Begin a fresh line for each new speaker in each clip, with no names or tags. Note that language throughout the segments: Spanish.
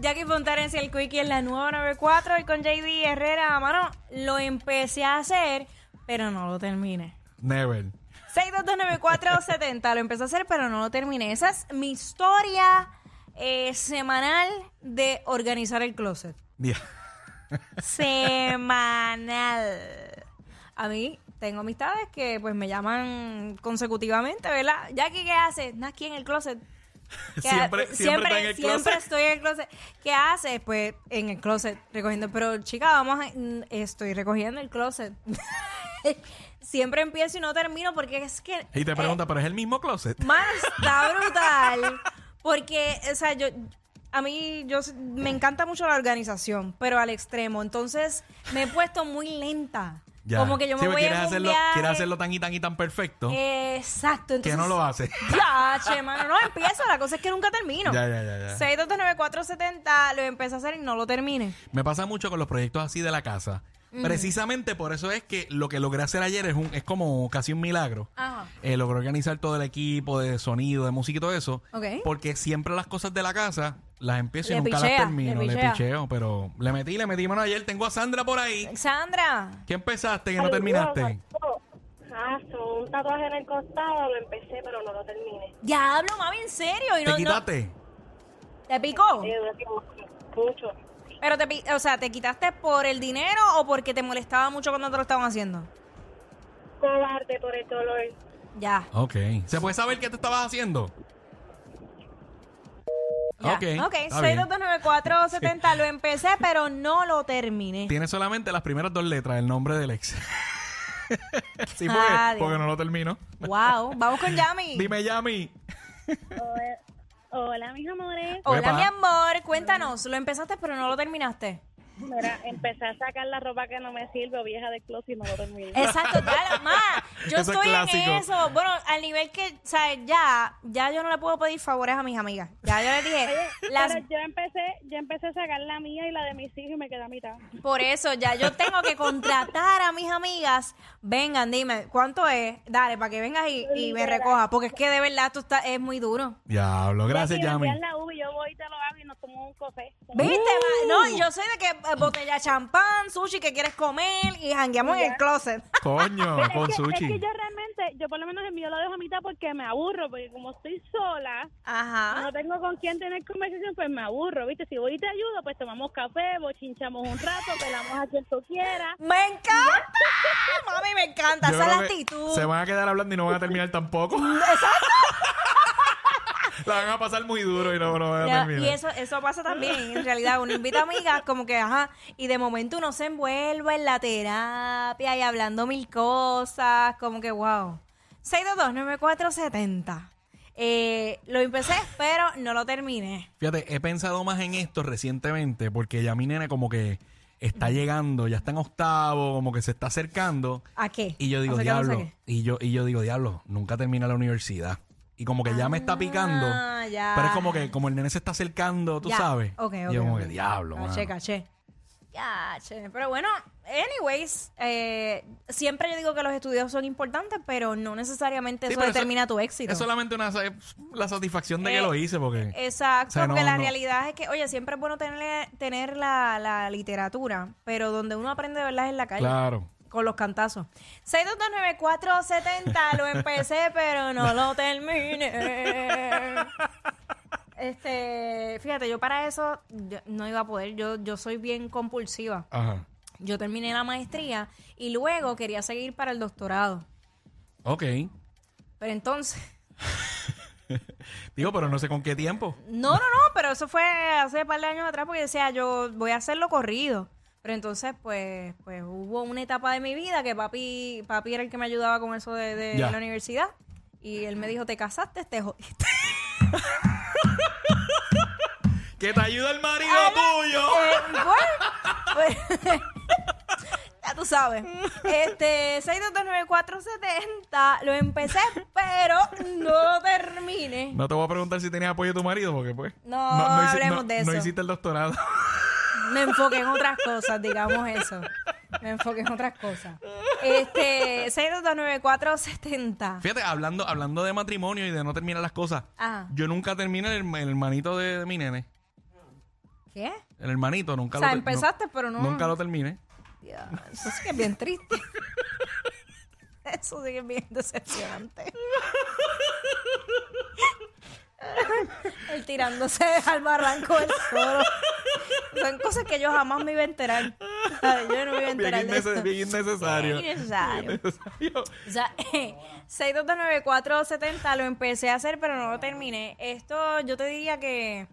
Jackie Fontanes y el Quickie en la nueva 94 y con JD Herrera. Mano, lo empecé a hacer, pero no lo terminé.
Never.
6229470, lo empecé a hacer, pero no lo terminé. Esa es mi historia eh, semanal de organizar el closet.
Dia-
semanal. A mí tengo amistades que pues me llaman consecutivamente, ¿verdad? Jackie, ¿qué haces? Nada, aquí en el closet. ¿Qué ha-
Siempre, siempre, está en el
siempre
closet.
estoy en el closet. ¿Qué haces? Pues en el closet recogiendo. Pero chica, vamos, a- mm, estoy recogiendo el closet. siempre empiezo y no termino porque es que...
Y te pregunta, ¿pero es el mismo closet?
Más está brutal. Porque, o sea, yo. A mí yo, s- me encanta mucho la organización, pero al extremo. Entonces me he puesto muy lenta.
Ya.
Como que yo me
Sí,
voy
porque quieres
a un
hacerlo,
viaje.
quieres hacerlo tan y tan y tan perfecto
Exacto. Entonces,
que no lo haces.
Ya, che, mano, no empiezo. La cosa es que nunca termino.
Ya, ya, ya, ya.
6229470 lo empecé a hacer y no lo terminé.
Me pasa mucho con los proyectos así de la casa. Precisamente por eso es que lo que logré hacer ayer es, un, es como casi un milagro.
Ajá.
Eh, logré organizar todo el equipo de sonido, de música y todo eso.
Ok.
Porque siempre las cosas de la casa las empiezo y
Le
nunca
pichea,
las termino.
le
Le,
pichea.
picheo, pero le metí, le metí mano ayer. Tengo a Sandra por ahí.
Sandra.
¿Qué empezaste que no terminaste?
Ah, son un tatuaje en el costado, lo empecé, pero no lo terminé. Eh,
Diablo, mami, en serio. Y no-
¿Te
no-
quitaste?
¿Te picó?
Eh, duró mucho.
Pero te, pi- o sea, ¿te quitaste por el dinero o porque te molestaba mucho cuando te lo estaban haciendo?
Cobarde por el dolor.
Ya.
Ok. ¿Se puede saber qué te estabas haciendo?
ya.
Ok.
Ok,
está bien.
6229470 lo empecé, pero no lo terminé.
Tiene solamente las primeras dos letras del nombre del ex. sí, porque,
Ah, Dios.
porque no lo termino.
Wow, vamos con Yami.
Dime, Yami.
Hola, mis amores.
Hola,
Epa.
mi amor, cuéntanos, lo empezaste pero no lo terminaste.
Mira, empecé a sacar la ropa que no me sirve, vieja de closet, y no lo terminé.
Eh,
Exacto, ya, ma, yo
Eso es
estoy en
clásico.
eso. Bueno, al nivel que, ¿sabes? Ya, ya yo no le puedo pedir favores a mis amigas. Ya yo les dije, las
Pero yo empecé, yo empecé a sacar la mía y la de mis hijos y me quedé a mitad.
Por eso ya yo tengo que contratar a mis amigas. Vengan, dime, ¿cuánto es? Dale, para que vengas y, y me recoja. Porque es que de verdad tú estás, es muy duro.
Diablo, gracias,
Y me
Yami.
envían la uva y yo voy y te lo hago y nos tomamos un café.
¿Viste? ma? No, y yo soy de que eh, botella de champán, sushi que quieres comer y jangueamos en el closet.
Coño,
Pero
con
es, que, es que
sushi.
yo realmente, yo por lo menos el mío lo dejo a mitad porque me aburro, porque como estoy sola,
Ajá.
no tengo con quién tener conversación, pues me aburro, ¿viste? Si voy y te ayudo, pues tomamos café, bochinchamos un rato, pelamos a quien tú quieras.
¡Me encanta! Mami, me encanta.
Yo
Esa es la
creo que
actitud.
Se van a quedar hablando y no van a terminar tampoco. la van a pasar muy duro y no, no van a
Ya,
terminar.
y eso, eso pasa también, en realidad. Uno invita amigas, como que, ajá, y de momento uno se envuelve en la terapia y hablando mil cosas, como que, wow. 622-9470. Eh, lo empecé, pero no lo terminé.
Fíjate, he pensado más en esto recientemente porque ya mi nena como que está llegando, ya está en octavo, como que se está acercando.
¿A qué?
Y yo
O
digo,
sea, que no sé
diablo.
qué.
Y yo, y yo digo, diablo, nunca termina la universidad. Y como que ya me está picando.
Ah, ya.
Pero es como que como el nene se está acercando, tú
Ya.
sabes.
Ok, ok.
y yo como
ok.
que diablo, mano".
Caché, caché. Ya, che. Pero bueno, anyways, eh, siempre yo digo que los estudios son importantes, pero no necesariamente
Sí,
eso
pero
determina tu éxito.
Es solamente una sa- la satisfacción de
Eh,
que lo hice, porque.
Exacto,
O sea, no,
porque la
no.
realidad es que, oye, siempre es bueno tener, tener la, la literatura, pero donde uno aprende de verdad es en la calle.
Claro.
Con los cantazos. 6229470, lo empecé, pero no lo terminé. Este, fíjate, yo para eso yo no iba a poder, yo, yo soy bien compulsiva.
Ajá.
Yo terminé la maestría y luego quería seguir para el doctorado.
Ok.
Pero entonces,
Digo, pero no sé con qué tiempo.
No, no, no, pero eso fue hace un par de años atrás porque decía, yo voy a hacerlo corrido. Pero entonces, pues, pues hubo una etapa de mi vida que papi, papi era el que me ayudaba con eso de, de
Ya.
la universidad. Y él me dijo, te casaste, te jodiste.
¡Que te ayude el marido tuyo!
Eh, bueno, pues, ya tú sabes. Este, 6229470, lo empecé, pero no terminé.
No te voy a preguntar si tenías apoyo de tu marido, porque pues.
No, hablemos de eso.
No hiciste el doctorado.
me enfoqué en otras cosas, digamos eso. Me enfoqué en otras cosas. Este, 6229470.
Fíjate, hablando, hablando de matrimonio y de no terminar las cosas,
Ajá.
yo nunca terminé el, el hermanito de, de mi nene.
¿Qué?
El hermanito nunca
O sea,
lo te-
empezaste, pero no-
Nunca lo terminé.
Dios, eso sí que es bien triste. Eso sí que es bien decepcionante. El tirándose al barranco del solo. Son cosas que yo jamás me iba a enterar. ¿Sabes? Yo no me iba a
Bien,
enterar de
innece-
esto.
bien innecesario.
Innecesario.
Innecesario.
O sea, 6229470 lo empecé a hacer, pero no lo terminé. Esto yo te diría que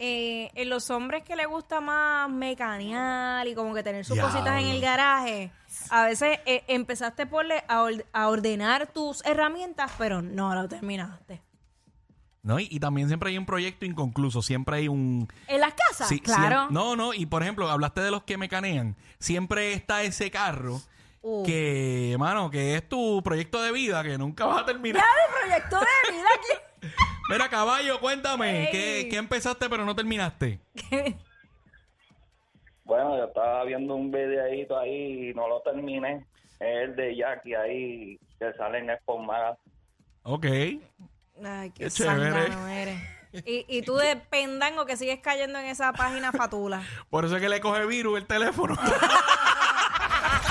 eh, en los hombres que les gusta más mecanear y como que tener sus
Diablo.
cositas en el garaje, a veces eh, empezaste por le- a, or- a ordenar tus herramientas, pero no lo terminaste.
No, y, y también siempre hay un proyecto inconcluso, siempre hay un...
¿En las casas?
Sí,
claro.
siem- no, no, y por ejemplo, hablaste de los que mecanean. Siempre está ese carro
Uh.
que, mano, que es tu proyecto de vida, que nunca vas a terminar.
Ya el proyecto de vida aquí.
Mira, caballo, cuéntame,
Ey.
¿qué, qué empezaste pero no terminaste?
Bueno, yo estaba viendo un videíto ahí y no lo terminé. Es el de Jackie ahí que sale en Expo Magazine.
Ok.
Ay, qué,
Qué chévere.
sándalo eres. Y, y tú de pendango que sigues cayendo en esa página fatula.
Por eso es que le coge virus el teléfono.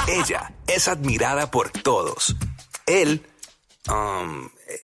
Ella es admirada por todos. Él, um,